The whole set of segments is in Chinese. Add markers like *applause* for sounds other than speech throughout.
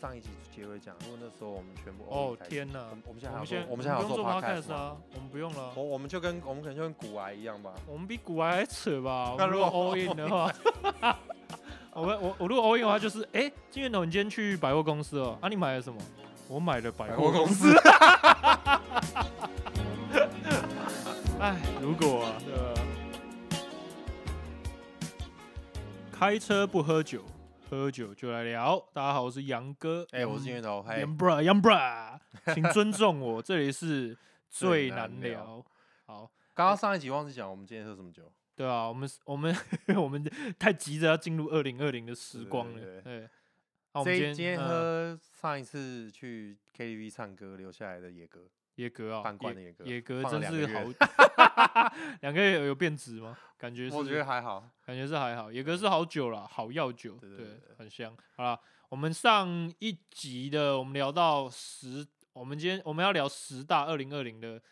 上一集结尾讲，因为那时候我们全部哦天我哪们！我们现在我还们有做现在我们现在还不有用做 podcast podcast 吗？啊，我们不用了，我我们就跟我们可能就跟古癌一 *laughs* 样吧，我们比古玩还扯吧。那我们如如果果 all in *laughs* 的话，我们我我如果 all in 的话，就是哎，金源总，你今天去百货公司哦，啊，你买了什么？我买了百货公司。司。哎，如果啊，对啊开车不喝酒，喝酒就来聊。大家好，我是杨哥。 *laughs* 嗯哎、我是金源头，嘿，杨 bra 杨 bra，请尊重我，这里是 *laughs* 最最难难聊聊。好，刚刚上一集忘记讲，我们今天喝什么酒？对啊，我们是我们 *laughs* 我们太急着要进入二零二零的时对光对对了。对，啊，我这们一今天今天嗯喝上一次去 KTV 唱歌留下来的野格，野格啊，半罐的野野格野格放了真两是个月 *laughs* 好， *laughs* 两个月有有变质吗？感觉我是觉得还好。感觉是还好，野格是好酒啦，好药酒，对对对对对很香。好啦，我们上一集的我们聊到十，我们今天我们要聊十大二零二零的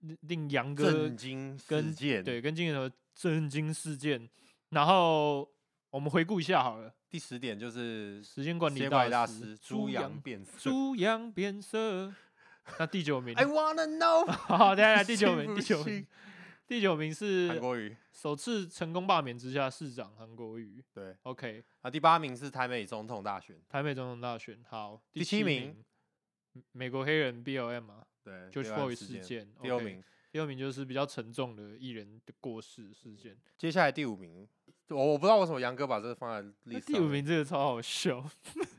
令令杨哥震惊事跟件，，对跟金额震惊事件，然后我们回顾一下好了，第十点就是时间管世理界管大师猪羊羊变色。猪羊变色，那 *laughs* 第九名 I，wanna know *laughs* 好，等一下哎第九信名，哎不第九信名，第九名韩是国语，首次成功罢免之下市长韩国瑜对，OK。啊，第八名是台美总统大选，台北总统大选，好，第七七名嗯，美国黑人 BLM 啊对，George 对岸 Floyd 事事件，件，第六 OK，名，第二名就是比较沉重的艺人的过世事件。接下来第五名，我我不知道为什么杨哥把这个放在历那史第上五面名真的超好笑， *laughs*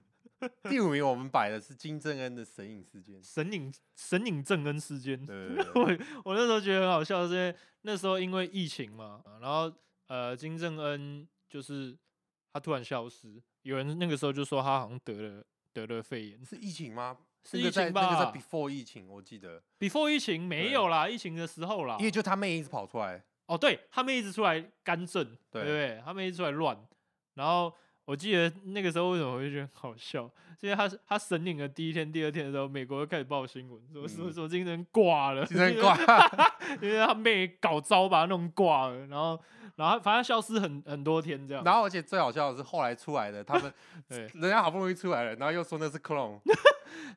第五名我们摆的是金正恩的神隐事件，神隐神隐正恩事件，对对对对我那时候觉得很好笑，是因为那时候因为疫情嘛，啊然后呃金正恩就是他突然消失，有人那个时候就说他好像得了得了肺炎，是疫情吗？是那个疫在情那个吧在 before 疫情，我记得， ？Before 疫情没对有啦，疫情的时候啦，因为就他妹一直跑出 *laughs* 来，哦，对他们一直出来干政，对对不对？他们一直出来乱。然后我记得那个时候为什么我会觉得很好笑，是因为他是他神隐的第一天、第二天的时候，美国就开始报新闻，说说嗯说金人挂了，金正恩，挂，因为他被搞糟把他弄挂了，然后然后他反正他消失很很多天这样。然后而且最好笑的是后来出来的，他们 *laughs* 对，人家好不容易出来了，然后又说那是 *laughs* clone，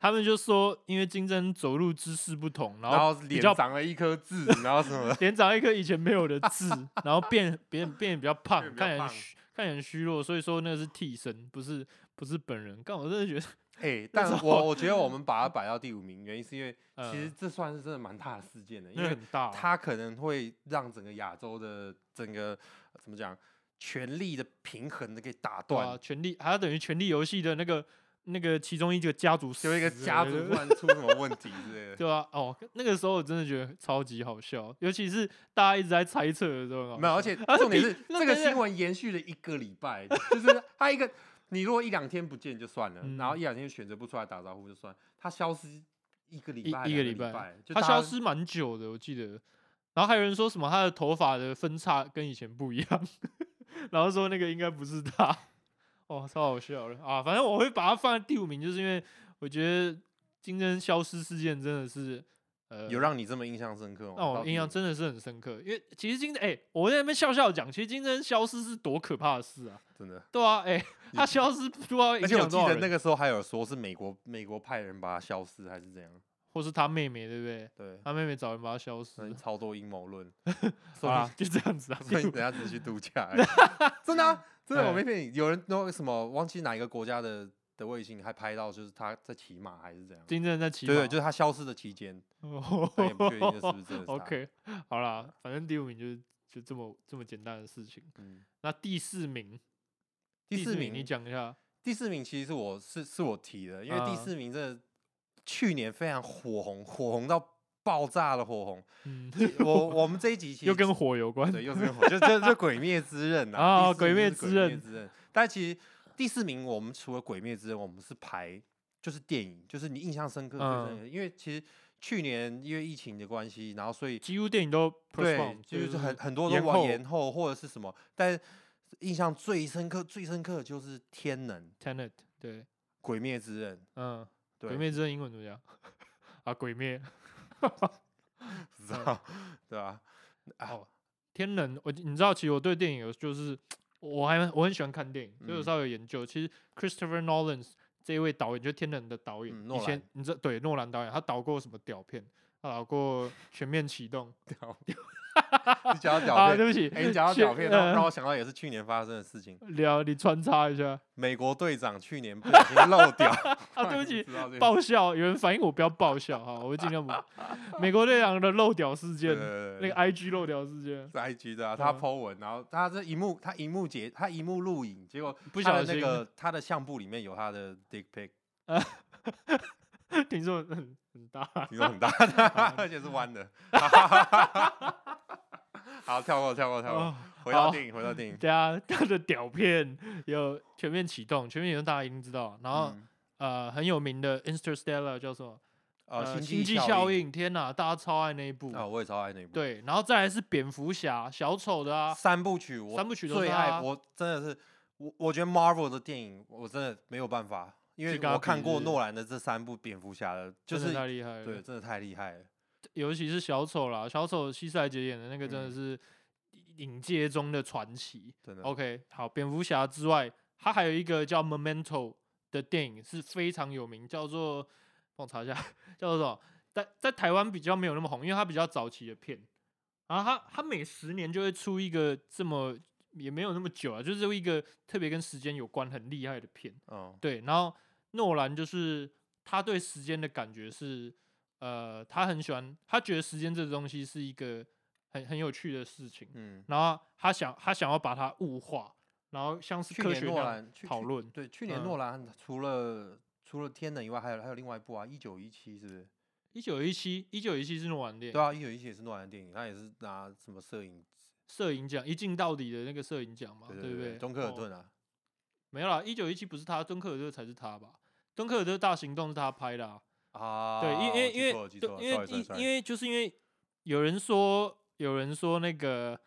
他们就说因为金针走路姿势不同，然然后后脸较长了一颗痣，然后什么的， *laughs* 脸长一颗以前没有的痣，然后变 *laughs* 变变得比较胖，变得比较看起胖来很虚看起来很虚弱，所以说那个是替身，不是不是本人。但我真的觉得，哎、但时我候我觉得我们把 *laughs* 它摆到第五名，原因是因为呃、其实这算是真的蛮大的事件的，因因为为很大，它可能会让整个亚洲的整个呃怎么讲权力的平衡的给打对断啊，，权力还要等于权力游戏的那个那个其中一个家族死就了，一个家族对突 *laughs* 然出什么问题之类的。对啊，哦，那个时候我真的觉得超级好笑，尤其是大家一直在猜测的时候很好笑，没有，而且 *laughs* 啊重点比是那这个等新等闻延续了一个礼拜，就是他一个，你如果一两天不见就算了，然后嗯一两天选择不出来打招呼就算，他消失一个礼一拜，一两个个礼拜，就他大消家失蛮久的，我记得。然后还有人说什么他的头发的分叉跟以前不一样， *laughs* 然后说那个应该不是他，哦，超好笑了啊！反正我会把它放在第五名，就是因为我觉得金针消失事件真的是，呃，有让你这么印象深刻吗？让到我底哦印象有真的是很深刻，因为其实金针，哎、我在那边笑笑讲，其实金针消失是多可怕的事啊，真的。对啊，哎、他消失不知道而影且我响记多少得人，那个时候还有说是美国美国派人把他消失还是怎样，或是他妹妹，对不对？对，他妹妹找人把他消失 *laughs* 那，超多阴谋论，好所以啦，就这样子啊。嗯 *laughs* 所以第人五家只是去度假 *laughs* 而已，真的啊真的我哎没骗你，有人那个什么忘记哪一个国家的的卫星还拍到就是他在骑马还是怎样，金针在骑马，对对，就是他消失的期 *laughs* 间，*laughs* 哦但也不确定这是 *laughs* 不是真的是他啊 OK，好啦，反正第五名就是就这么这么简单的事情。嗯，那第四名，第四四名你讲一下。第四名其实是我是是我提的，因为第啊四名真的去年非常火红，火红到爆炸的火 *laughs* 红。嗯，我我们这一集其实又跟火有关。对又是跟火，就就就《鬼灭之刃》呐啊第四鬼名灭是之鬼刃之刃。但其实第四名我们除了《鬼灭之刃》，我们是排就是电影，就是你印象深刻最深嗯刻的，因为其实去年因为疫情的关系，然后所以几乎电影都 postpone，对，就是很很多延都往后延后或者是什么，但印象最深刻、最深刻的就是《天能》《 Tenet，对，鬼灭之刃》。嗯，对，鬼灭之刃英文怎么讲？ *laughs* 啊，鬼灭，不知 *laughs* 道，对吧、啊哦，天能，我你知道，其实我对电影有就是我还蛮我很喜欢看电影，所以嗯我稍微有研究。其实 Christopher Nolan 这一位导演，就天能的导演，嗯以诺前兰你知道对诺兰导演，他导过什么屌片？他导过《全面启动屌，你讲到》屌 *laughs* 啊，片，对不起，哎，你讲到屌片，让我让呃我想到也是去年发生的事情，聊你穿插一下美国队长去年不小心漏掉啊，对 *laughs* 不起，，爆爆笑，有人反映我不要爆笑哈，我会尽 *laughs* 量不。美国队长的漏屌事件，那那个 IG 漏屌事件， *laughs* 是 IG 的啊，他嗯 Po 文，然后他这一幕他一幕截他一幕录影，结果不他的小心那个他的相簿里面有他的 dick *laughs* pic，听说很很大。你说很大的 *laughs* 好，而且是弯 *laughs* 的。好，跳过跳过跳过，哦回到好电影回到电影。对啊， *laughs* 他的屌片有全面启动，全面启动大家一定知道。然后、嗯呃，很有名的《Interstellar》叫什么？呃，星际际效应应。天哪，大家超爱那一部。啊，我也超爱那一部。，对，然后再来是蝙蝠侠、小丑的啊，三部曲我三部曲都最是爱，他啊我真的是我我觉得 Marvel 的电影我真的没有办法，因为去跟他我看比过是不是诺兰的这三部蝙蝠侠的，就真的是太厉害了。对，真的太厉害了。尤其是小丑啦，小丑希斯莱杰演的那个真的嗯是影界中的传奇。真的， OK，好，蝙蝠侠之外，他还有一个叫《Memento》的电影是非常有名，叫做帮我查一下，叫做什么？在在台湾比较没有那么红，因为它比较早期的片。然后它它每十年就会出一个这么也没有那么久啊，就是一个特别跟时间有关很厉害的片。嗯对，然后诺兰就是他对时间的感觉是，呃，他很喜欢，他觉得时间这个东西是一个很很有趣的事情。嗯，然后他想他想要把它物化，然后像是去科年学诺那样兰去讨去论对，去年嗯诺兰除了除了天能以外，还有还有另外一部啊，一九一七是不是？一九一七一九一七是诺兰电对影啊，一九一七也是诺兰的电影，他也是拿什么摄影，摄影奖一镜到底的那个摄影奖嘛，对不对，对？中科尔哦顿啊，没有啦，一九一七不是他，敦刻尔克才是他吧？敦刻尔克大行动是他拍的、啊，啊，对，因为我记因为错了记错了 sorry，sorry，对因为因 sorry 因为就是因为有人说有人说那个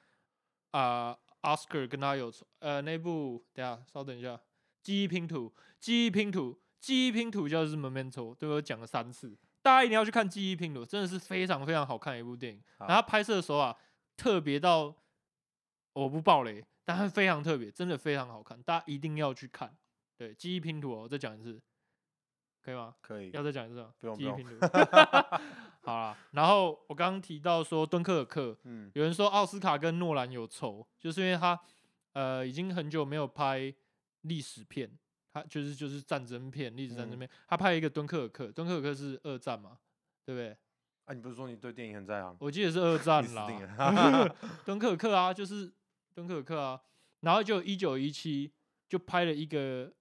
啊、Oscar 跟他有仇呃那部等一下稍等一下，记忆拼图，记忆拼图，记忆拼图就是 Memento，对我讲了三次，大家一定要去看记忆拼图，真的是非常非常好看的一部电影。然后好它拍摄的时候啊，特别到我不爆雷，但它非常特别，真的非常好看，大家一定要去看。对，记忆拼图哦，我再讲一次，可以吗？可以要再讲一次吗？不用记忆不拼 *laughs* 图。好啦，然后我刚刚提到说敦刻尔克，嗯有人说奥斯卡跟诺兰有仇，就是因为他呃已经很久没有拍历史片，他就是就是战争片、历史战争嗯片，他拍了一个敦刻尔克，敦刻尔克是二战嘛，对不对？啊，你不是说你对电影很在行？我记得是二你战死定啦了， *laughs* 敦刻尔克啊，就是敦刻尔克啊，然后就一九一七就拍了一个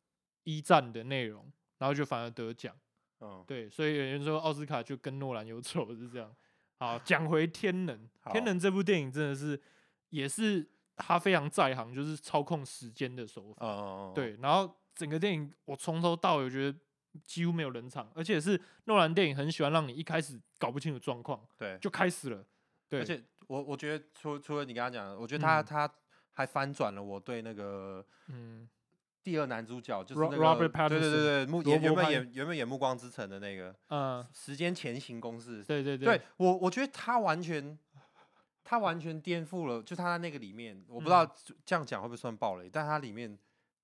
一战的内容，然后就反而得奖。 *laughs* 嗯，对，所以有人说奥斯卡就跟诺兰有仇是这样。好，讲回《天能》，《*laughs* 天好能》这部电影真的是也是他非常在行，就是操控时间的手法。嗯，对，然后整个电影我从头到尾我觉得几乎没有冷场，而且是诺兰电影很喜欢让你一开始搞不清楚状况对，就开始了。对，而且我我觉得除除了你刚刚讲的，我觉得他嗯他还翻转了我对那个嗯，第二男主角，就是那 Ro- 个 Robert 对对 Pattinson，对对，目罗演原伯本派演原本演《暮光之城》的那个呃，时间前行公式，对对对，我，我觉得他完全，他完全颠覆了，就他在那个里面，我不知道嗯这样讲会不会算暴雷，但他里面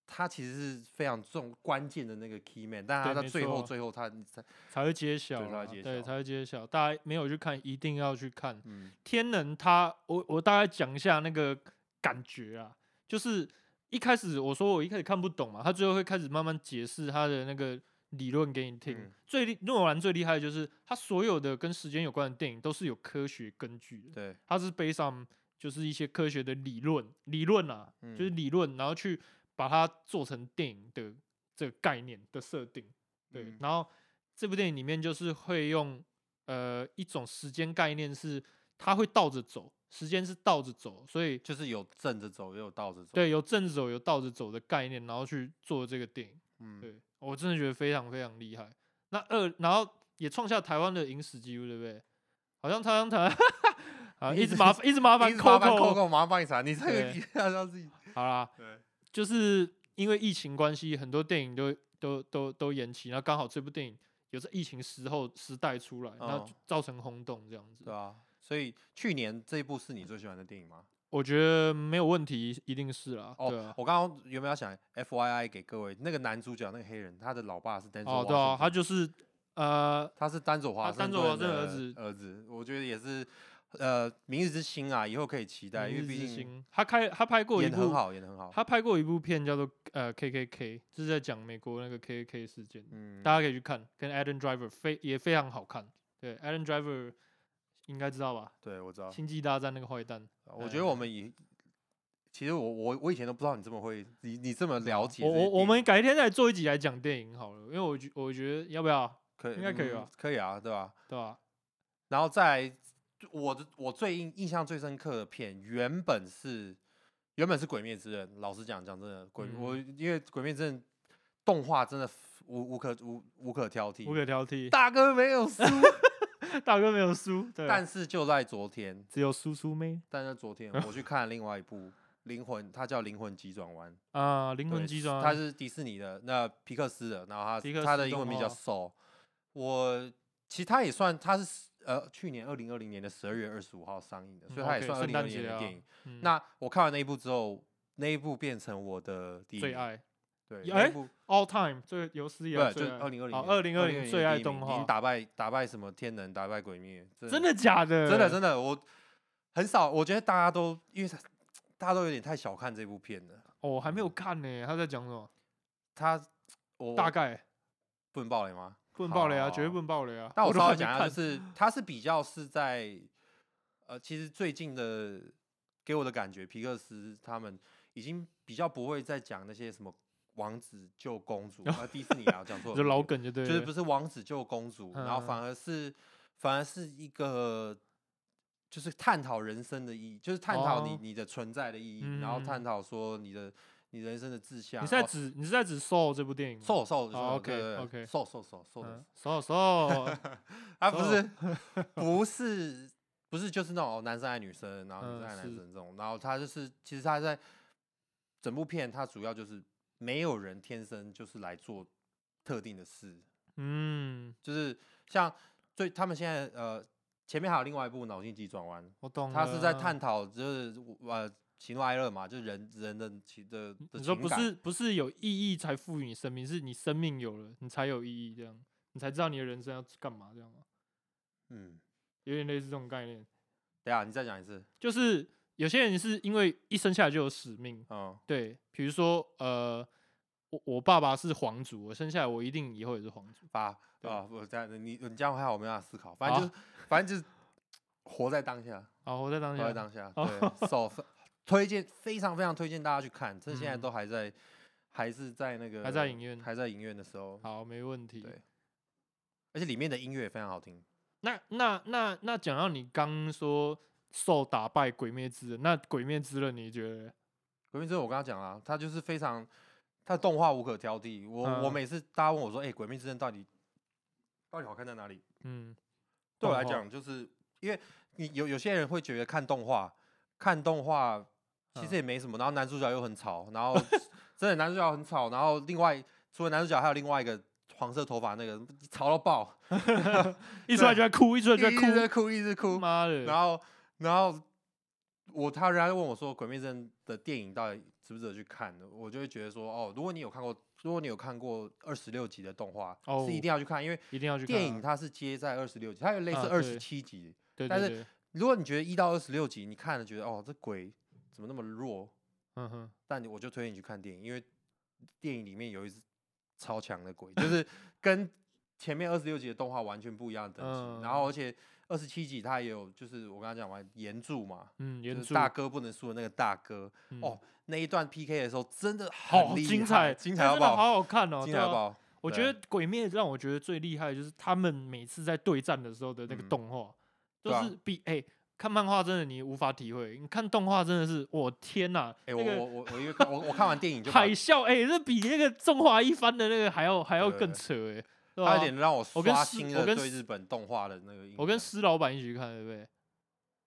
他其实是非常重关键的那个 key man，但对他到没最后错最后他才才会揭晓才会啦，揭对，晓才会揭晓。大家没有去看，一定要去看。嗯天能他，我我大概讲一下那个感觉啊，就是一开始我说我一开始看不懂嘛，他最后会开始慢慢解释他的那个理论给你听。嗯最厉诺兰最厉害的就是他所有的跟时间有关的电影都是有科学根据的，对他是 based on 就是一些科学的理论理论啊，嗯就是理论，然后去把它做成电影的这个概念的设定。对，嗯然后这部电影里面就是会用呃一种时间概念是，它会倒着走，时间是倒着走，所以就是有正着走，也有倒着走，对有正着走有倒着走的概念，然后去做这个电影。嗯，对我真的觉得非常非常厉害。那二，然后也创下台湾的影史纪录，对不对？好像台湾台湾 *laughs* 啊，你一一直直麻烦一直麻麻烦烦扣扣 Coco。扣，麻烦帮你查，你这个对一定要让自己好啦，对，就是因为疫情关系，很多电影都都都都延期，然后刚好这部电影有在疫情时候时代出来，然后嗯啊就造成轰动这样子对。啊，所以去年这一部是你最喜欢的电影吗？我觉得没有问题，一定是啦。对哦啊，，我刚刚原本要想 F Y I 给各位，那个男主角那个黑人，他的老爸是丹佐哦华，对啊，盛他顿就是呃，他是丹佐华他盛丹佐顿华盛顿的儿子儿子，我觉得也是呃明日之星啊，以后可以期待，因为明毕日之竟星他开他拍过一演的很部，好，演的很好。他拍过一部片叫做呃 K K K，就是在讲美国那个 K K K 事件，嗯，大家可以去看，跟 Adam Driver 非也非常好看。对，Adam Driver 应该知道吧，对我知道《星际大战》那个坏蛋。我觉得我哎们以，其实我我我以前都不知道你这么会，你你这么了解这哦些电我我影。我们改天再做一集来讲电影好了，因为我觉我觉得要不要可应该可以吧嗯可以啊，对吧？对吧？然后再来我的我最印印象最深刻的片，原本是原本是《鬼灭之刃》。老实讲，讲真的，鬼、我嗯因为《鬼灭之刃》动画真的无无可无无可挑剔，无可挑剔， *laughs* 大哥没有输，大哥没有输，对，但是就在昨天，只有输输妹但是昨 *laughs* 天我去看了另外一部《灵魂》，它叫《灵魂急转弯》。啊，灵对魂急转它弯，是迪士尼的，那皮克斯的，然后它皮克它斯的英动文名叫画 Soul。我其实它也算，它是呃去年二零二零年的十二月二十五号上映的，所以嗯它也，OK，算二圣零二诞零年节的啊电影。嗯那我看完那一部之后，那一部变成我的第一最名，爱对，也那哎一部 all time 最有史以不来是就最爱二零二零好2020最爱动已画经打败打败什么天能，打败鬼灭，真的假的？真的的真的，我很少，我觉得大家都因为大家都有点太小看这部片了，哦，我还没有看呢，他在讲什么？它我大概不能爆雷吗？不能爆雷啊，好绝对不能爆雷啊！但我都稍还微没讲一下，看就，是它是比较是在呃，其实最近的给我的感觉，皮克斯他们已经比较不会再讲那些什么王子救公主，啊，迪士尼啊讲错了，就哦老梗就对就了，是不是王子救公主，然后嗯反而是反而是一个。就是探讨人生的意义，就是探讨你、哦嗯你的存在的意义，然后探讨说你的你人生的志向。你是在哦指你是在指 Soul 这部电影吗？瘦瘦哦瘦，对对对，OK，OK 瘦瘦瘦瘦的嗯 *laughs*，Soul Soul，啊，不哦是， *laughs* 不是，不是，就是那种男生爱女生，然后女嗯生爱男是生这种。然后他就是，其实他在整部片，他主要就是没有人天生就是来做特定的事，嗯，就是像最他们现在呃前面还有另外一部《脑筋急转弯我懂》，了。他是在探讨就是呃喜怒哀乐嘛，就是人人的情的的嗯你说情不感是不是有意义才赋予你生命，是你生命有了，你才有意义，这样你才知道你的人生要干嘛，这样吗？嗯，有点类似这种概念，等一下你再讲一次，就是有些人是因为一生下来就有使命，嗯对，比如说呃，我我爸爸是皇族，我生下来我一定以后也是皇族，发对啊，我这样你你这样还好，我没办法思考，反正就是反正就是活在当下，好，活在当活在下，当下，哦对，手推荐非常非常推荐大家去看，这现在嗯都还在还是在那个还在影院还在影院的时候，好，没问题。对而且里面的音乐也非常好听，那那那那讲到你刚说受打败鬼灭之刃，那鬼灭之刃你觉得？鬼灭之刃我刚刚讲了，啊它就是非常它的动画无可挑剔，我我嗯每次大家问我说，哎，鬼灭之刃到底到底好看在哪里？嗯，对我来动画讲，就是因为你有有些人会觉得看动画，看动画其实嗯也没什么，然后男主角又很吵，然后 *laughs* 真的男主角很吵，然后另外除了男主角还有另外一个黄色头发那个吵到爆，一出来就在哭，一，Oh 出来一直就在在哭一直哭，哭，妈的！然后然后我他人家问我说《鬼灭之刃》的电影到底值不值得去看，我就会觉得说哦，如果你有看过，如果你有看过二十六集的动画，是一哦定要去看，因为一定要去看电啊影，它是接在二十六集，它有类似啊二对十七集。对但对是对，如果你觉得一到二十六集，你看了觉得哦，这鬼怎么那么弱？嗯哼，但我就推荐你去看电影，因为电影里面有一只超强的鬼， *laughs* 就是跟前面二十六集的动画完全不一样的等级。然嗯后而且二十七集它也有，就是我刚刚讲完岩柱嘛，嗯，就原是著大哥不能输的那个大哥、嗯哦，那一段 PK 的时候真的很好厉精害彩，精那彩到真的爆，好好看哦，精对彩啊到爆。我觉对得《鬼灭》让我觉得最厉害的就是他们每次在对战的时候的那个嗯动画，对啊就是比哎、看漫画真的你无法体会，你看动画真的是我天呐、哎、那我个我我我因为看我我看完电 *laughs* 影就把海啸哎、这比那个中华一番的那个还要还要对更扯哎、对它吧有？点让我我跟刷斯新我了跟对斯日本动画的那个印象。我跟施老板一起去看，对不对？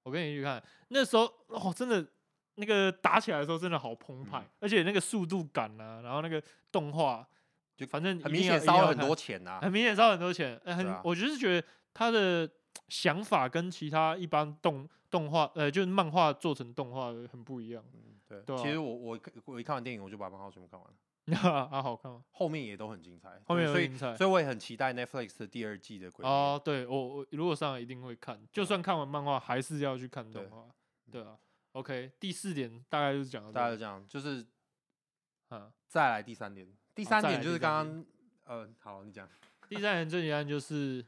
我跟你一起去看，那时候哦，真的那个打起来的时候真的好澎湃，嗯而且那个速度感啊，然后那个动画，就反正一很明定要显一定烧要了很看多钱呐、啊很明显烧很多钱，呃很，对啊我就是觉得他的想法跟其他一般动动画呃就是漫画做成动画的很不一样。 *laughs* 嗯对，对其啊实我我我一看完电影，我就把漫画全部看完了，啊，好看吗？后面也都很精彩。后对面有所以精彩所以我也很期待 Netflix 的第二季的鬼灭。哦，对我我如果上来一定会看，就对啊算看完漫画还是要去看对嗯动画。对啊，OK，第四点大概就是讲到大家这就里。这样，就是嗯，再来第三点，第好三哦再点来就是第三刚刚呃，好，你讲，第三点最简单就是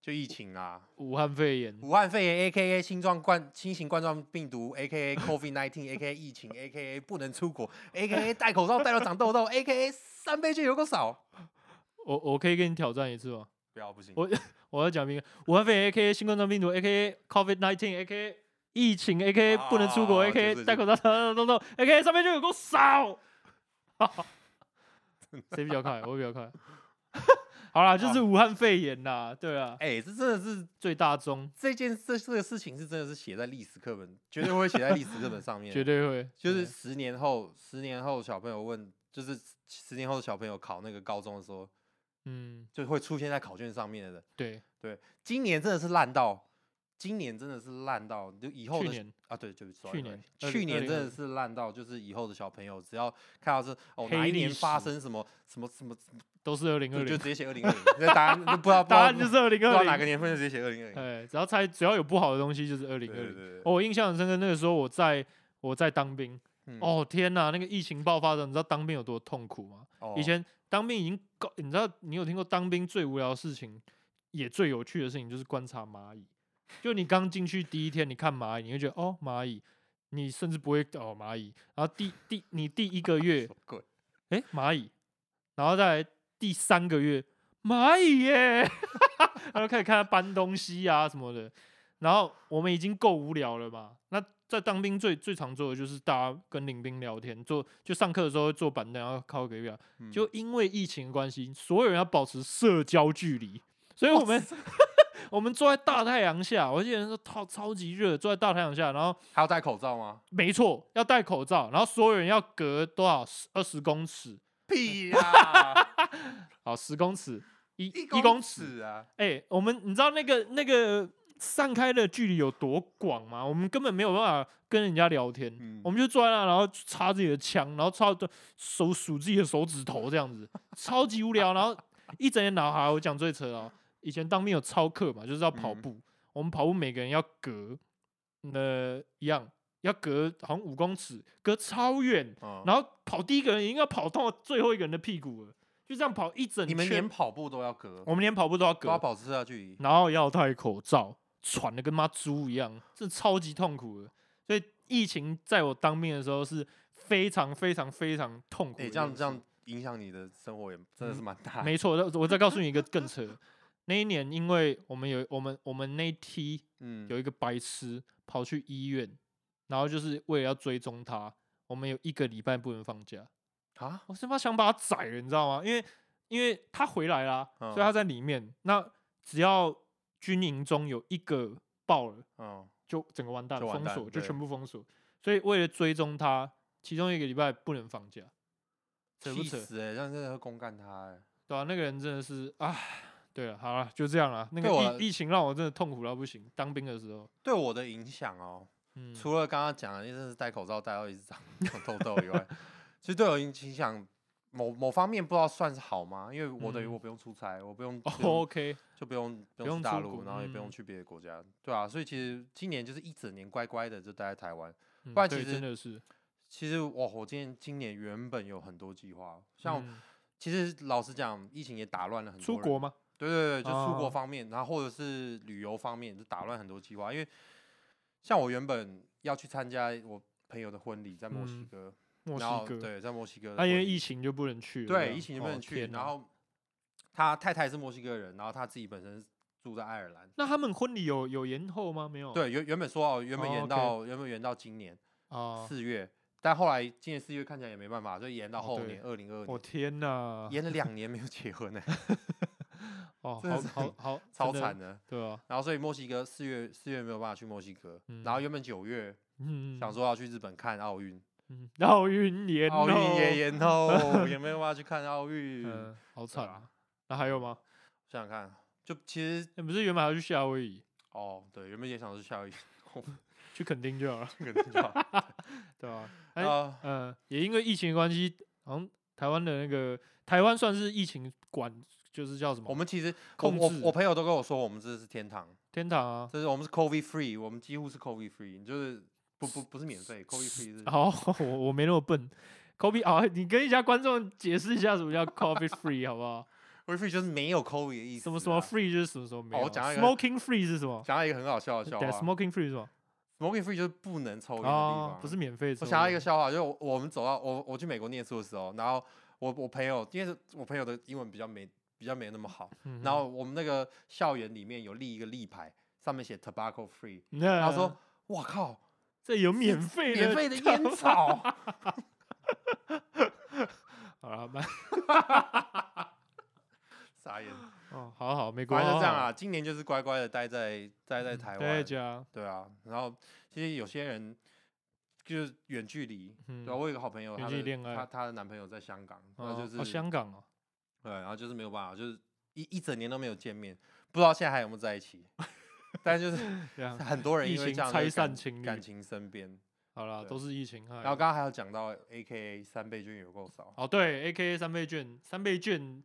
就疫情啦，武汉肺炎。武汉肺炎 A K A 新状冠新型冠状病毒 A *laughs* K A COVID nineteen A K A 疫情 A K A 不能出国 A K A 戴口罩戴到长痘痘 A K A 三杯酒有够少，我我可以跟你挑战一次吗？不要不行，我我要讲明，武汉肺炎 A K A 新冠状病毒 A K A COVID nineteen A K A 疫情 A K A 不能出国 A 啊 K 就是 A 戴口罩等等等 A K A 上面就有够少。谁比较快？我比较快。好啦，就是好武汉肺炎啦，对啊，哎、这真的是最大宗这件这这个事情是真的是写在历史课本，绝对会写在历史课本上面， *laughs* 绝对会，就是对啊十年后，十年后小朋友问，就是十年后的小朋友考那个高中的时候，嗯，就会出现在考卷上面的人。对，对，今年真的是烂到，今年真的是烂到，就以后去的年啊，对，就是去年去年真的2020是烂到，就是以后的小朋友只要看到是哦哪黑一历年发史生什么什么什么，都是二零二就就零，直接写二零二零，那答案就不知道不知 *laughs* 答道案就是二零不知二道哪个零，年份就直接写二零二零。哎，只要猜只要有不好的东西就是对二零二对零。对对，哦我印象很深刻，那个时候我在我在当兵，嗯，哦天呐，那个疫情爆发的，你知道当兵有多痛苦吗？哦以前当兵已经够，你知道你有听过当兵最无聊的事情，也最有趣的事情就是观察蚂蚁。就你刚进去第一天，你看蚂蚁，你会觉得哦蚂蚁，你甚至不会哦蚂蚁。然后第第你第一个月什么鬼哎、蚂蚁，然后再来第三个月蚂蚁耶， *laughs* 然后开始看他搬东西啊什么的。然后我们已经够无聊了嘛，那在当兵最最常做的就是大家跟领兵聊天，做就上课的时候会坐板凳，然后靠个月，嗯啊就因为疫情的关系，所有人要保持社交距离，所以我们 *laughs* 我们坐在大太阳下，我记得那时候超超级热，坐在大太阳下，然后还要戴口罩 *laughs* 吗？没错要戴口罩，然后所有人要隔多少二十公尺，屁呀，好，十公尺，一一公尺。尺啊！哎、我们你知道那个那个散开的距离有多广吗？我们根本没有办法跟人家聊天，嗯我们就坐在那，然后插自己的枪，然后插着手数自己的手指头，这样子，超级无聊。然后一整天脑海，我讲最扯哦，以前当兵有操课嘛，就是要跑嗯步，我们跑步每个人要隔，呃，一样要隔好像五公尺，隔超远。嗯然后跑第一个人应该跑到最后一个人的屁股了，就这样跑一整圈。你们连跑步都要隔，我们连跑步都要都要哦隔，保持社交距离。然后要戴口罩，喘的跟妈猪一样，真的超级痛苦的。所以疫情在我当兵的时候是非常非常非常痛苦的哎，一这件事。样这样影响你的生活也真的是蛮大的。嗯没错，那我再告诉你一个更扯的。那一年，因为我们有我们我们那一梯嗯，有一个白痴跑去医院，然后就是为了要追踪他，我们有一个礼拜不能放假。啊，我他妈想把他宰了，你知道吗？因为因为他回来啦，所以他嗯在里面。那只要军营中有一个爆了，嗯，就整个完蛋，就完封蛋锁，就对全部封锁。所以为了追踪他，其中一个礼拜不能放假，扯不气扯？死哎、欸，这样真的会公干他哎、对啊，那个人真的是啊，对了，好了，就这样了。那对我来个疫疫情让我真的痛苦到不行，当兵的时候，对我的影响哦，嗯，除了刚刚讲的，真的是戴口罩戴到一直长长痘痘以外，其实对我影影响某某方面不知道算是好吗？因为我等于嗯我不用出差，我不用,、哦不用，OK，就不用不不用用去大出陆，国然后也不用嗯去别的国家，对啊，所以其实今年就是一整年乖乖的就待在台湾。嗯不然对其实真的是，其实我我今年今年原本有很多计划，像、嗯其实老实讲，疫情也打乱了很多出人国吗？对对对，就出国哦方面，然后或者是旅游方面，就打乱很多计划。因为像我原本要去参加我朋友的婚礼，在墨西嗯哥，墨然后西哥，啊对，在墨西哥的婚礼，那因为疫情就不能去了这样，对疫情就不哦能去，天哪然后他太太是墨西哥人，然后他自己本身住在爱尔兰。那他们婚礼有有延后吗？没有。对，原原本说哦，原本哦延，OK 到、原本延到今年啊，四月，但后来今年四月看起来也没办法，所以延到哦后对年二零二我年，天呐！延了两年没有结 *laughs* 婚呢、哦，真的好是好好， *laughs* 超真的惨，的。对啊，然后所以墨西哥四月四月没有办法去墨西哥，然后原本九月嗯，想说要去日本看奥运，嗯，奥运年奥运也也，延 *laughs* 后，也没有办法去看奥运。嗯，好对惨啊啊。那还有吗？哎想想看，就其实你不是原本还要去夏威夷？哦，对，原本也想是夏威夷，去垦丁就好了，肯 *laughs* 定就好对吧、啊？哎啊，嗯，也因为疫情的关系，好像台湾的那个台湾算是疫情管，就是叫什我么们其实我控我制我朋友都跟我说，我们这是天堂，天堂啊。这是我们是 COVID free，我们几乎是 COVID free，就是不不不是免费 COVID free *laughs* 是好，哦我我没那么笨。Coffee 啊，你跟一下观众解释一下什么叫 coffee free 好不好？ COVID free 就是没有 COVID 的意思啊。哦什么什么 free 就是什么什么没有啊我讲到一个啊，smoking free 是什么？想到一个很好笑的笑对话，smoking free 是什么？ ，smoking free 就是不能抽烟的地哦方，，不是免费抽我的。想到一个笑话，就是我我们走到我我去美国念书的时候，然后我我朋友，因为是我朋友的英文比较没比较没那么好，嗯哼，然 *laughs* 后我们那个校园里面有立一个立牌，上面写 tobacco free，嗯然后说，哇靠，这有免费的，免费的烟草，好了，蛮 *laughs* 傻眼，哦，好好，美国反正就这样好好，啊，今年就是乖乖的待在待在台大湾，家，对啊，然后其实有些人就是远距离，嗯，对、啊，我有一个好朋友，远她距的恋爱她她的男朋友在香港，那哦就哦是、香港哦，对，然后就是没有办法，就是一一整年都没有见面，不知道现在还有没有在一 *laughs* 起。但就是 *laughs* 这样很多人疫因为情这样就拆感散情侣哎感情生变。好了，对都是疫情害的。然后刚刚还有讲到 A K A 三倍券有够少，哦，对，A K A 三倍券，三倍券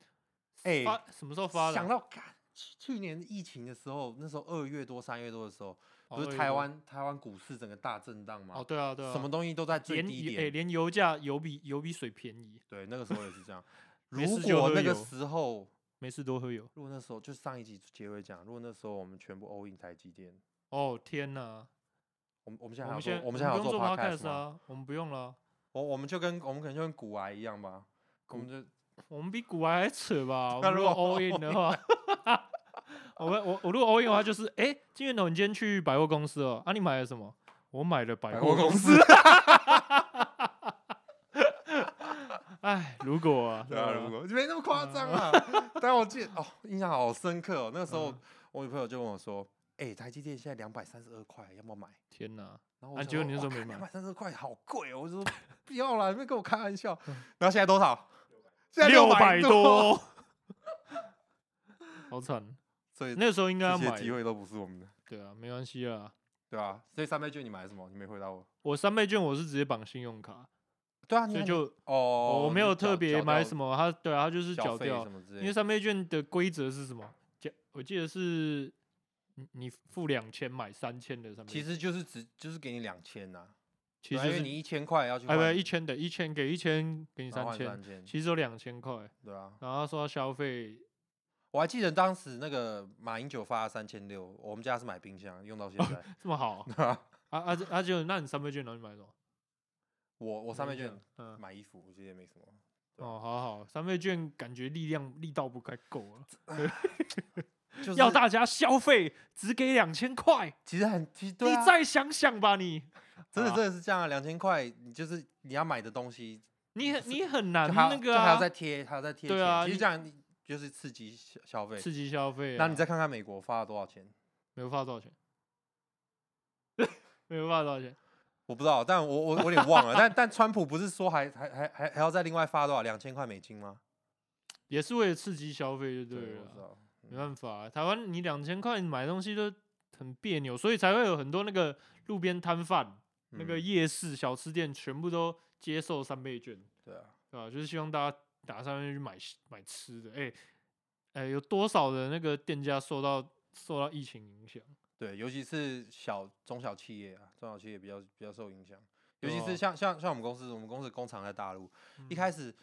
哎、发什么时候发的想啊？到干去去年疫情的时候，那时候二月多三月多的时候，不哦二是月台多湾台湾股市整个大震荡吗？哦，对啊，对啊，什么东西都在最连低油点。诶，连油价油比油比水便宜，对，那个时候也是这样。 *laughs* 没如事就果喝那个油时候，没事多喝油。如果那时候就上一集结尾讲，如果那时候我们全部 all in 台积电，哦天哪！我们我们现在还要我们做现在我们不现在还要用做做 podcast podcast 吗？啊，我们不用了，我我们就跟我们可能就跟古癌一样吧，我们就我们比古玩还扯 *laughs* 吧。我那们如如果果 all in 的话， *laughs* 我们我我如果 all in 的话，就是哎，诶金源头，你今天去百货公司哦，啊，你买了什么？我买了百货公司。。哎，如果啊， *laughs* 嗯对啊，吧如果没那么夸张啊，但我记得哦，印象好深刻哦。那个时候嗯我女朋友就问我说：“哎，台积电现在两百三十二块，要不要买天哪，？”然后啊我结果你那时候没两买百三十块好贵哦。我 *laughs* 就说不要啦，你别跟我开玩笑。然后现在多少？现在嗯百百， *laughs* 多，好惨。所以那个时候应该要这些买，机会都不是我们的，对啊，没关系啊。对啊，所以三倍券你买了什么？你没回答我。我三倍券我是直接绑信用卡，对啊，你所看以你就哦，我没有特别买什么，么，他对啊，他就是缴缴费掉什，么之类因的，为三倍券的规则是什么？缴我记得是你你付两千买三千的三倍其券，实就是只就是给你两千呐，其对啊实就因为是你一千块要去哎换，不一千的一千给一千给你然后三换千，三千，其实有两千块，对啊。然后他说他消费我还记得当时那个马英九发三千六，我们家是买冰箱，用到现 *laughs* 在。这么好 *laughs* 对啊，啊啊啊！就那你三倍券拿去买什么？我我我三倍券嗯买衣服，我觉得也没什么。哦好好，三倍券感觉力量力道不该够了，就是要，大家消费只给两千块。其实很其实对你啊，再想想吧你，真的啊真的是这样啊，两千块你就是你要买的东西，你 *laughs* 很是你很难就还要那就个还啊要，再贴，还要再贴对钱啊其实你这样你就是刺激消消费。刺激消费啊。那你再看看美国发了多少钱，美国发多少钱？美国发多少钱？我不知道，但我我我有点忘了。但但川普不是说还还还还还要再另外发多少两千块美金吗？也是为了刺激消费就对，了我知啊，道。嗯没办法啊、台湾你两千块你买东西都很别扭，所以才会有很多那个路边摊贩、那个嗯夜市小吃店全部都接受三倍券，对啊，对吧、就是希望大家打上面去买买吃的，哎、哎、有多少的那个店家受到受到疫情影响？对，尤其是小中小企业啊，中小企业比较比较受影响，尤对其啊嗯是像像像我们公司，我们公司工厂在大陆，一开始始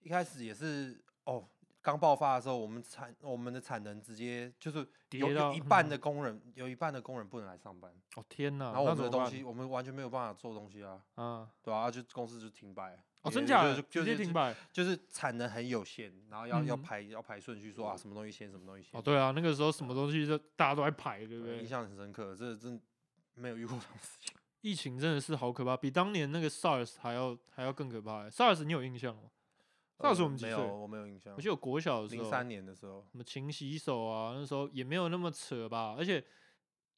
一开始也是哦，刚爆发的时候，我们产我们的产能直接就是有跌有到一半嗯的工人，有一半的工人不能来上班，哦天哪，然后我那们怎的么东办西，我们完全没有办法做东西啊，啊，对啊，啊就公司就停摆。哦也真就假就的，就直接就停摆。就是产能很有限，然后要、要嗯排要排顺序，说啊什么东西先，什么东西先。哦，对啊，那个时候什么东西都大家都在排，对不对，印对？象很深刻，这真没有遇过这种事情。疫情真的是好可怕，比当年那个 SARS 还要还要更可怕欸。SARS 你有印象吗？SARS 呃我们几没岁有，我没有印象。我记得我国小的时零候，三年的时候，什么勤洗手啊，那时候也没有那么扯吧。而且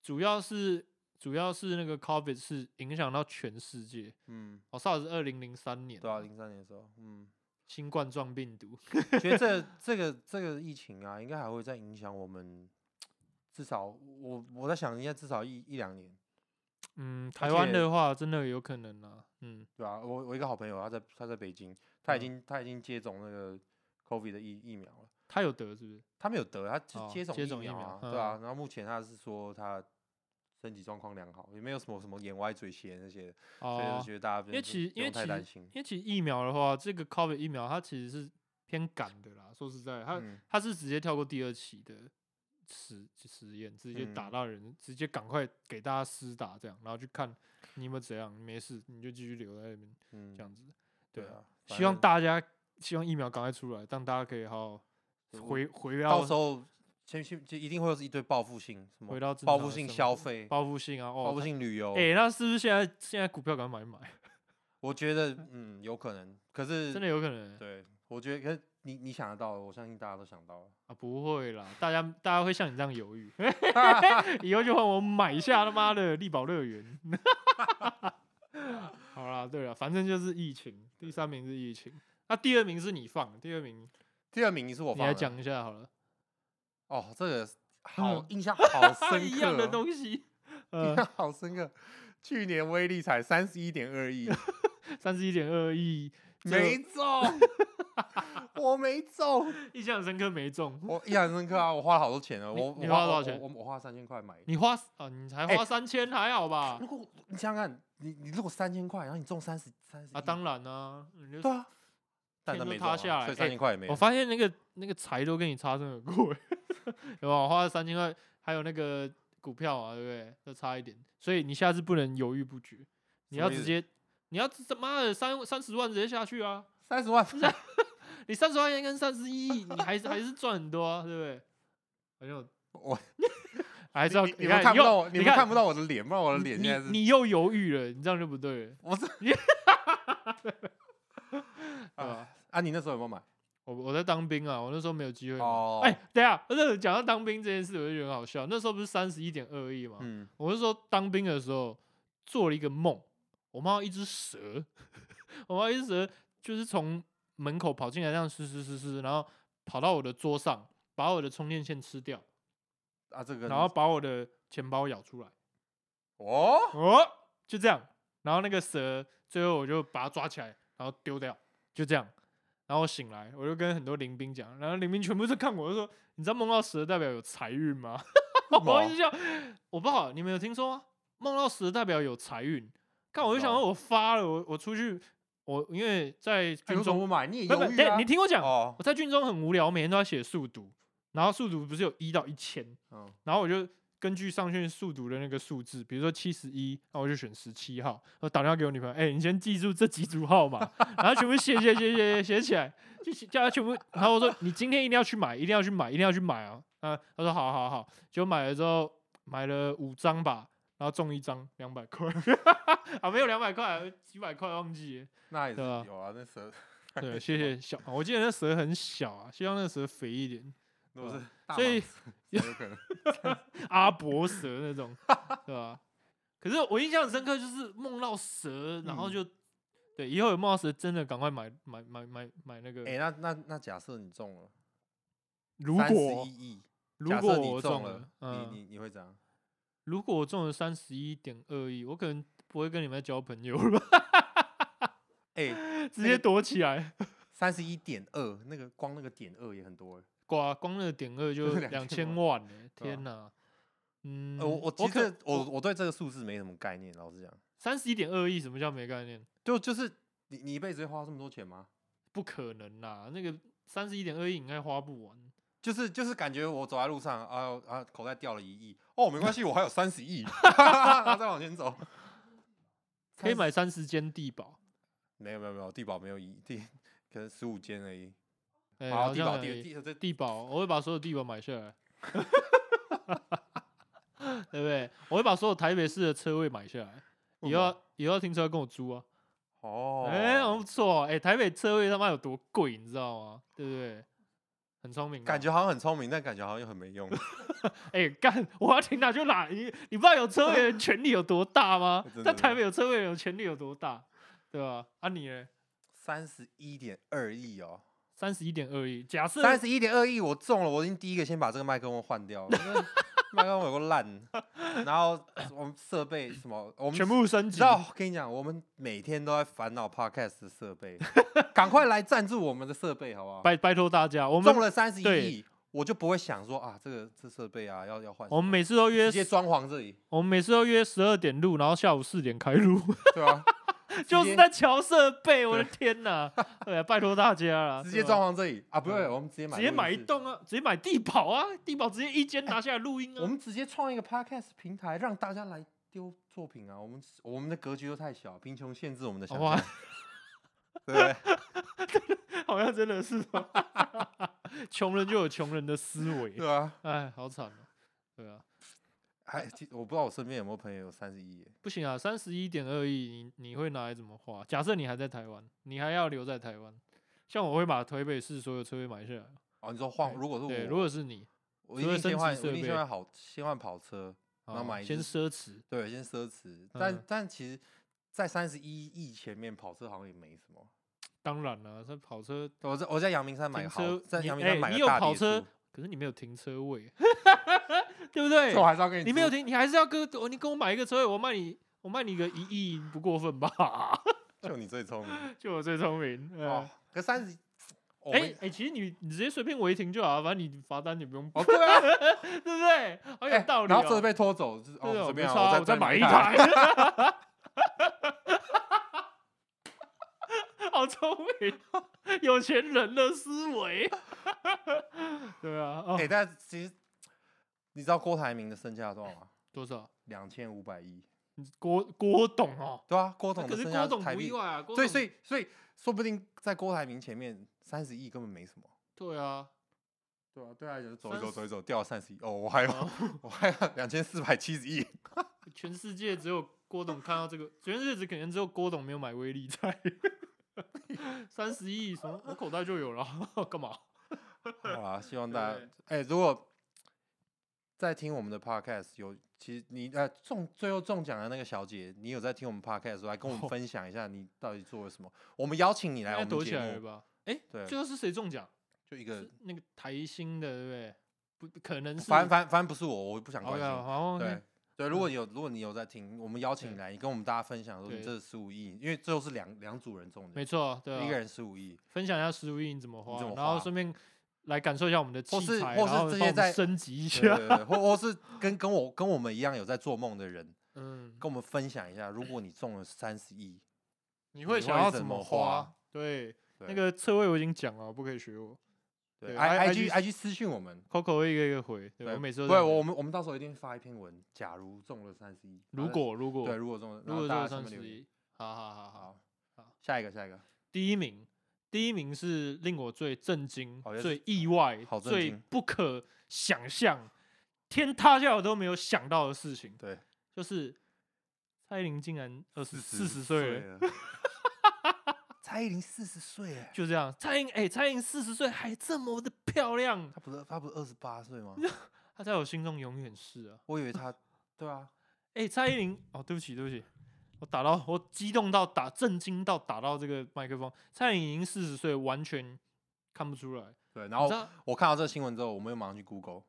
主要是主要是那个 COVID 是影响到全世界。嗯，哦，SARS 二零零三年，对啊，零三年的时候，嗯，新冠状病毒，觉得这这个这个疫情啊，应该还会再影响我们至少我我在想，应该至少一一两年，嗯，台湾且的话真的有可能啊，嗯，对吧、我我一个好朋友，他在他在北京，他已嗯经、他已经接种那个 COVID 的疫疫苗了。他有得是不是？他没有得，他哦接接种接种疫苗苗嗯啊，对啊。然后目前他是说他身体状况良好，也没有什么什么眼歪嘴斜那些的，所以哦就，觉得大家不因为用其实不因为用其太实担心因。为其实疫苗的话，这个 COVID 疫苗它其实是偏赶的啦。说实在，它、嗯它是直接跳过第二期的实实验，直接打嗯到人，直接赶快给大家施打这样，然后去看你有没有怎样，没事你就继续留在那边嗯，这样子。对啊，啊，希望大家希望疫苗赶快出来，让大家可以好好对我回回呃到到时候先去就一定会有一堆报复性什回么到正报常复的性生消活费、报复性啊，哦，报复性旅游哎、。那是不是现在现在股票赶快买一买？我觉得嗯有可能，可是真的有可能欸、对，我觉得可是你你想得到的，我相信大家都想到了。啊，不会啦，大家大家会像你这样犹 *laughs* 豫，以后就换我买一下他妈的力宝乐园。 *laughs* 好啦，对了，反正就是疫情，第三名是疫情，那、第二名是你放的，第二名第二名是我你放来的讲一下好 *laughs* 了，哦，这个好嗯印象好它深一刻样的哦东西，印啊呃，象 *laughs* 好深刻。去年威力才三十一点二 *laughs* 亿，三十一点二亿，这个没中， *laughs* 我没中，印象深刻没中，我印象深刻啊！我花了好多钱啊，你我你我花了多少我钱我我花三千块买。你花啊，你才哎花三千、还好吧 *laughs* 如？果你想想看，你你如果三千块，然后你中三十三十啊，当然啦、你就对啊，但他天都没塌中啊下来所以哎三千块也没我有。发现那个那个财都跟你擦身而过欸， *laughs* 有吧？我花了三千块，还有那个股票啊，对不对？就差一点，所以你下次不能犹豫不决，你什要么意直思接，你要他妈的三三十万直接下去啊！三十万，你三十万元跟三十一亿，你还是还是赚很多啊，对不对？好像有 *laughs* 我还是要你你看们看不又到我，你你们看不到我的脸，不然我的你脸你现在是你又犹豫了，你这样就不对了，我是你对吧 *laughs* 啊？啊，你那时候有没有买？我我在当兵啊，我那时候没有机会买。哦哎、等一下，那讲到当兵这件事，我就觉得很好笑。那时候不是三十一点二亿嘛，嗯，我是说当兵的时候做了一个梦，我梦到一只蛇， *laughs* 我梦到一只蛇就是从门口跑进来，这样嘶嘶嘶嘶，然后跑到我的桌上，把我的充电线吃掉，啊，这个然后把我的钱包咬出来，哦，哦，就这样。然后那个蛇最后我就把它抓起来，然后丢掉，就这样。然后我醒来，我就跟很多林兵讲，然后林兵全部都看我，就说：“你知道梦到蛇代表有财运吗？” *laughs* 我一直想，我不好，你们有听说吗？梦到蛇代表有财运。看，我就想不知说，道我发了，我我出去，我因为在哎为什军么中，不买？你也不不犹豫啊等你？听我讲，哦我，在军中很无聊，每天都要写速读，然后速读不是有一到一千，嗯，然后我就根据上线速读的那个数字，比如说七十一，那我就选十七号。我打电话给我女朋友，哎、你先记住这几组号码， *laughs* 然后全部写写写写写起来，就写叫她全部。然后我说你今天一定要去买，一定要去买，一定要去买啊！啊，她说好好好，结果买了之后买了五张吧，然后中一张两百块， *laughs* 啊没有两百块，几百块忘记了。那也是对啊有啊，那蛇对，谢谢小，我记得那蛇很小啊，希望那蛇肥一点。如果对啊是大所以 *laughs* 蟒蛇有可能。阿伯蛇那种，对吧、可是我印象很深刻，就是梦到蛇，然后嗯就、对，以后有梦到蛇，真的赶快买买买买买那个。哎，那那那假设你中了如31果亿，如假设果你我中了，你嗯，你你会怎样？如果我中了三十一点二亿，我可能不会跟你们交朋友了吧， *laughs* 哎，直那接个躲起来。 *laughs* 三十一点二，那个光那个点二也很多哎。哇，光那个点二 *laughs* 就两千2000万呢、对啊天哪！嗯，呃，我我其可实我我对这个数字没什么概念，老实讲，三十一点二亿，什么叫没概念？就就是你你一辈子会花这么多钱吗？不可能啦，那个三十一点二亿应该花不完。就是就是感觉我走在路上啊啊，口袋掉了一亿，哦，没关系，我还有三十亿， *laughs* 然后再往前走，可以30买三十间地堡，没有没有没有，地保没有一地，可能十五间而已。哎、好，好地像保可地以地这地堡，我会把所有地堡买下来， *laughs* 对不对？我会把所有台北市的车位买下来，为以什么后以后要停车要跟我租啊，哎、哦，好像不错哦、哎、台北车位他妈有多贵，你知道吗？对不对？很聪明啊，感觉好像很聪明，但感觉好像又很没 *laughs* 用，哎、干，我要停哪就哪，你你不知道有车位 *laughs* 的权利有多大吗真？的在台北有车位有权利有多大，对吧？啊你呢？三十一点二亿哦，三十一点二亿，假设三十一点二亿我中了，我已经第一个先把这个麦克风换掉了，真的麦克风有个烂，然后我们设备什么，我们全部升你级知。道，我跟你讲，我们每天都在烦恼 podcast 的设 *laughs* 备，赶快来赞助我们的设备，好不好？拜拜托大家，我们中了三十对一亿，我就不会想说啊，这个这设备啊，要要换什么，我们每次都约直，接装潢这里，我们每次都约十二点录，然后下午四点开录，对啊吧、直就是接在调设备。我的天哪！对啊，拜托大家了，直接对吧装潢这里啊，不对，我们直接买，直接买一，栋啊，直接买地堡啊，地堡直接一间拿下来录音我啊。们直接创一个 podcast 平台，让大家来丢作品啊。我们我们的格局都太小，贫穷限制我们的想哇象， *laughs* 对不对？ *laughs* 好像真的是哦， *laughs* 穷人就有穷人的思维，对啊，哎，好惨哦。对啊，还其我不知道我身边有没有朋友有三十亿耶，不行啊，三十一点二亿，你你会拿来怎么花？假设你还在台湾，你还要留在台湾，像我会把台北市所有车位买下来。哦，你说换，对如果是对，我，如果是你，我一除了定升级先换，我设一定备先换好，先换跑车，然后啊买一先只奢侈，对，先奢侈。但、嗯但其实，在三十一亿前面，跑车好像也没什么。当然了，这跑车我在我在阳明山买停个豪车，，在你阳明哎山买你个有大跑别车墅，，可是你没有停车位， *laughs* 对不对这？我还是要跟你哎你没有租停，你还是要跟我，你跟我买一个车位，我卖你，我卖你个一亿，不过分吧？ *laughs* 就你最聪明就我最聪明。哎、哦。可三十，哦哎、哎其实你你直接随便违停就好了，反正你罚单你不用，哦 *laughs* 对 *laughs* 啊，对不对？好有哎道理、然哦后车被拖走，就是对哦啊随没便啊差啊再我再赚买你一一台。 *laughs* 好聪明哦，有钱人的思维。 *laughs* 对啊，哦、哎，但其实你知道郭台铭的身价多少吗？多少？两千五百亿。郭郭董哦，对啊，郭那董可的是身郭价董台不意币，外啊。郭对，董所以所以说不定在郭台铭前面三十亿根本没什么。对啊，对啊，对啊，就是走三一走十走一走掉三十亿哦，我还有、哦我还有两千四百七十亿，全世界只有郭董看到这个，全世界只可能只有郭董没有买威力在。 *laughs* 三十亿什么？我口袋就有了，干嘛？好啦，希望对 *laughs* 大不家对哎、如果在听我们的 podcast 有，其实你呃中最后中奖的那个小姐，你有在听我们 podcast 的时候来跟我们哦分享一下你到底做了什么？我们邀请你应来该我躲们起节来了目，吧？哎，对最后是谁中奖？就一个是，那个台新的，对不对？不不可能是。反正反正反正不是我，我不想关 OK，心。好，OK，嗯对对，如果你有如果你有在听，我们邀请对你来，你跟我们大家分享说你对这十五亿，因为最后是两两组人中的没，错，对一个啊。人十五亿，分享一下食物印怎么花怎么，然后花顺便来感受一下我们的器或是材，或然是后这帮些我们在升级一对下。对对，或或是跟跟我跟我们一样有在做梦的 *laughs* 人，嗯，跟我们分享一下，如果你中了三十亿，你会你想会要怎怎么么花花？对，那对个车位我已经讲了，不可以学我。对对，I I IG G I G 私讯我们， Coco 会一个一个回，对我每次都不会，这样我讲们我们到时候一定发一篇文，假如中了三十一，然如后果如果对，如果中了，如然后果大这家三下面十留言一，好好好好，好，下一个下一个，第一名，第一名是令我最震惊好、像最意外、哦好震最惊不可想象、天塌下来都没有想到的事情，对，就是蔡依林竟然二十四十岁岁了，了， *laughs* 蔡依林四十岁哎，就这样，蔡依林哎、蔡依林四十岁还这么的漂亮，她不是她不是二十八岁 *laughs* 吗？她在我心中永远是啊，我以为她，对啊，哎、蔡依林哦，对不起对不起。我打到我激动到打震惊到打到这个麦克风，蔡依林已经四十岁，完全看不出来。 *laughs* 对，然你后知道我看到这个新闻之后，我们又马上去 Google，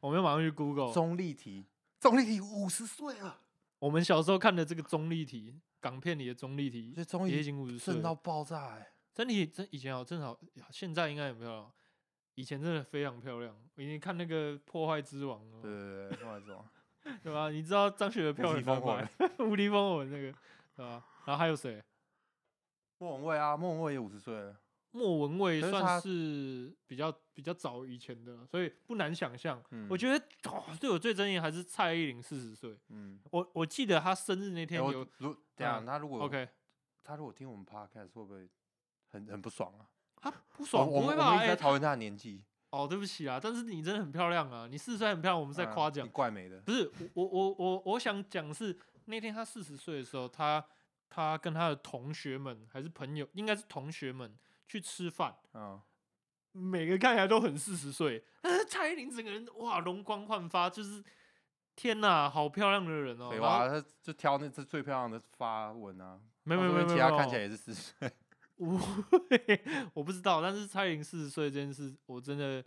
我们马上去 Google，钟丽缇，钟丽缇五十岁了，我们小时候看的这个钟丽缇，港片里的钟丽缇这钟也已丽缇经五十岁正了到。爆炸哎，真的真以前好正好，现在应该也没有了。以前真的非常漂亮，我以前看那个《破坏之王》对哦，对对，不好意思哦，对吧？你知道张学友票很敌难风买， *laughs* 《无敌风火轮》那个，对吧？然后还有谁？莫文蔚啊，莫文蔚也五十岁了，莫文蔚可是算他是比较比较早以前的了，所以不难想象。嗯我觉得哦，对我最争议还是蔡依林四十岁。嗯。我我记得她生日那欸天我有、如这样，嗯他如果 OK，他如果听我们 podcast 会不会很很不爽啊？她不爽，我我不们会我们吧？一直哎、在讨论他的年纪，哦，对不起啊，但是你真的很漂亮啊，你四十岁很漂亮，我们是在嗯夸你奖。怪美的不是我我我我我想讲是那天他四十岁的时候，他他跟他的同学们还是朋友，应该是同学们去吃饭，啊、每个看起来都很四十岁，但是蔡依林整个人哇容光焕发，就是天哪，好漂亮的人哦。废然话，后他就挑那只最漂亮的发文啊，没有那没有没说不定有没有，其他看起来来也是四十 *laughs* 岁，我我不知道，但是蔡依林四十岁这件事，我真的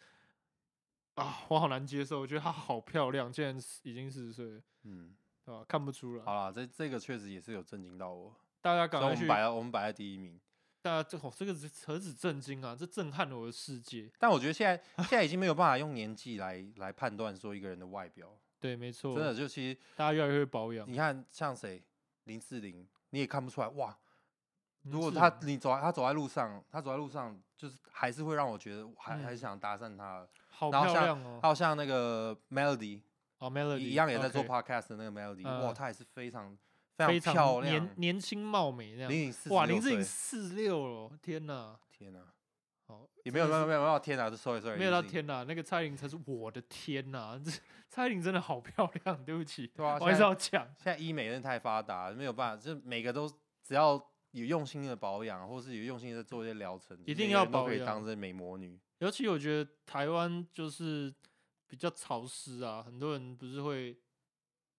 啊，我好难接受，我觉得她好漂亮，竟然是已经四十岁了，嗯，对吧？看不出来，好啦，这这个确实也是有震惊到我，大家赶所以我快去们，摆在我们摆在第一名。大家这哦，这个是何止震惊啊，这震撼了我的世界。但我觉得现在现在已经没有办法用年纪来来判断说一个人的外表，对，没错，真的就其实大家越来越会保养。你看像谁林志玲，你也看不出来哇。嗯如果是他啊你走在他走在路上，他走在路上就是还是会让我觉得我还、还是嗯想搭讪他的。好然后漂像亮哦，还有像那个 Melody 哦，Melody 一样也在做 OK podcast 的那个 Melody，、哇，嗯她也是非常非非常漂亮年，年轻貌美那样。林志哇，林志颖四六了，天哪！天哪、哦，也没有没真有的没有没有天哪、啊、，sorry sorry， *laughs* 是没有到林志颖天哪，那个蔡依林才是我的天哪，这蔡依林真的好漂亮，对不起，对啊，我还现是在要讲。现在医美真的太发达，没有办法，就是每个都只要有用心的保养，或是有用心的做一些疗程，一定每个要人都保可以养当这美魔女。尤其我觉得台湾就是比较潮湿啊，很多人不是会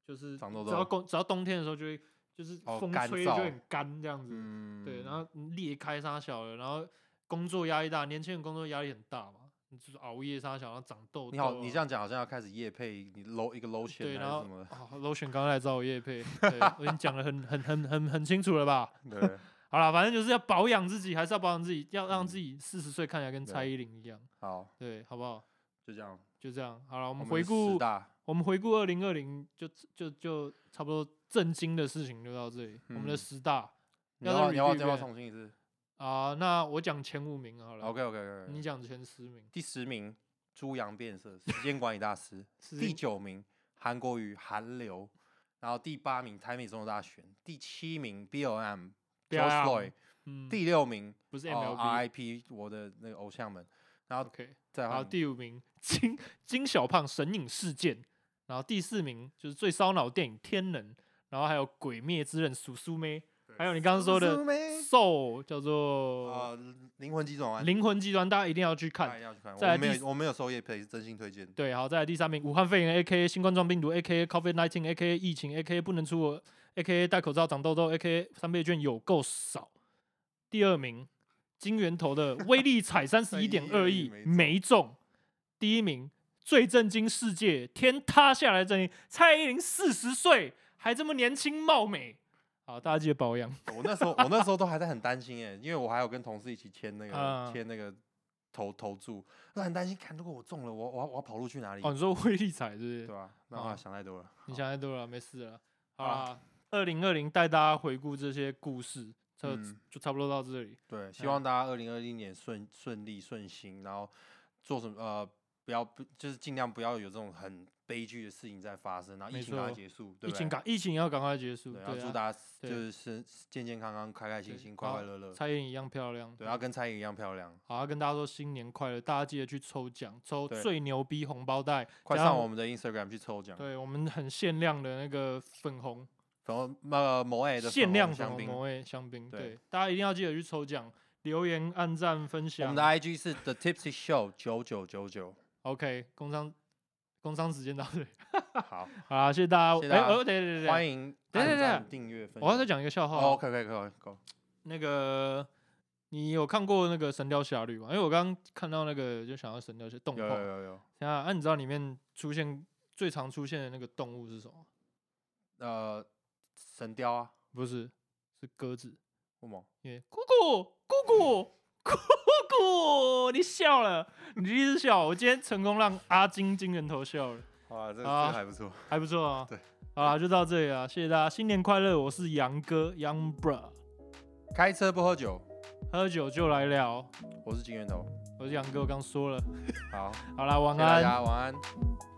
就是长痘只痘要冬只要冬天的时候就会就是哦风干吹就燥很干这样子，嗯，对，然后你裂开沙小了，然后工作压力大，年轻人工作压力很大嘛，你就是熬夜沙小，然后长痘、痘啊。你好，你这样讲好像要开始夜配，你 low 一个 lotion 对，还然是后什 *laughs* 么哦，Lotion 刚刚来找我叶配，对我已经讲的很很很很很清楚了吧？的？对，好啦，反正就是要保养自己，还是要保养自己，要让嗯自己四十岁看起来跟对蔡依林一样，好，对，好不好？就这样。就这样，好了，我我们们回是顾十，大，我们回顾二零二零，就就就差不多震惊的事情就到这里。我们的嗯十大你要要再不要你要不 review 要要一遍重新一次啊、那我讲前五名好了？OK OK OK。你讲前十名，第十名，猪羊变色，时间管理大 *laughs* 师。是第九名韩国瑜韩流，然后第八名台美总统大选，第七名 BLM George BLM Floyd，嗯，第六名不是呃 MLB，OK，、 RIP 我的那个偶像们，然后 OK 再然后换第五名金金小胖神隐事件，然后第四名就是最烧脑的电影《天能》，然后还有《鬼灭之刃》苏苏妹，还有你刚刚说的苏苏妹《Soul》叫做呃灵魂急转《弯，灵魂集团》，大家一定要去大家看。要去看，再来我没第有我没有收业配，真心推荐。对，好，再来第三名，武汉肺炎 （A K A 新冠状病毒 （A K A COVID nineteen） （A K A 疫情 ）（A K A 不能出国 ）（A K A 戴口罩长痘痘 ）（A K A 三倍券有够少）。第二名，金源头的威力彩三十一点二31.2亿亿没中没中。第一名，最震惊世界天塌下来的震惊，蔡依林四十岁还这么年轻貌美。好，大家记得保养。我那时候我那时候都还在很担心哎，因为我还有跟同事一起签那啊个签那个投投注，那很担心，看如果我中了，我我要我要跑路去哪里？哦，你说威力彩是不是哎对？吧？那啊我想太多了。你好想太多了，没事了。好好啦，二零二零带大家回顾这些故事，就、嗯就差不多到这里。对，希嗯望大家二零二零年顺顺利顺心，然后做什么呃，不要不就是尽量不要有这种很悲剧的事情在发生，然后没疫情赶快错结束，对疫不情对？赶，疫情要赶快结束。对，然后对祝啊，大家就对是身健健康康、开开心对心、然快快后乐乐，蔡依林一样漂亮。对，要啊跟蔡依林一样漂亮。好，啊要跟大家说新年快乐，大家记得去抽奖，抽对最牛逼红包袋，快加上我我们的 Instagram 去抽奖，对我们很限量的那个粉红，然后呃某 A 的粉限红量粉香红槟，魔味香槟。对对，大家一定要记得去抽奖，留言、按赞、分我享们的。IG 是 The Tipsy Show 九九九九。 OK，工商工商时间到这里。 *laughs* 好，好啦，谢谢大家。谢谢大哎家哦，对对对欢对，迎等一下等按一下赞、订阅、分享。我要再讲一个笑话。哦，可以可以可以，够。那个，你有看过那个《神雕侠侣》吗？因为我刚刚看到那个，就想到《神雕侠》动有画有。有有，等一下，啊，你知道里面出现最常出现的那个动物是什么？呃，神雕啊，不是，是鸽子。不猛。因为姑姑，姑姑，姑姑，你笑了，你第一次笑。我今天成功让阿金金人头笑了，哇，这这啊个还不错。还不错啊。对，好啦，就到这里啊，谢谢大家，新年快乐！我是杨哥杨 bro，开车不喝酒，喝酒就来聊。我是金源头。我是杨哥，我刚说了。好，好啦，晚谢谢大安。家晚安。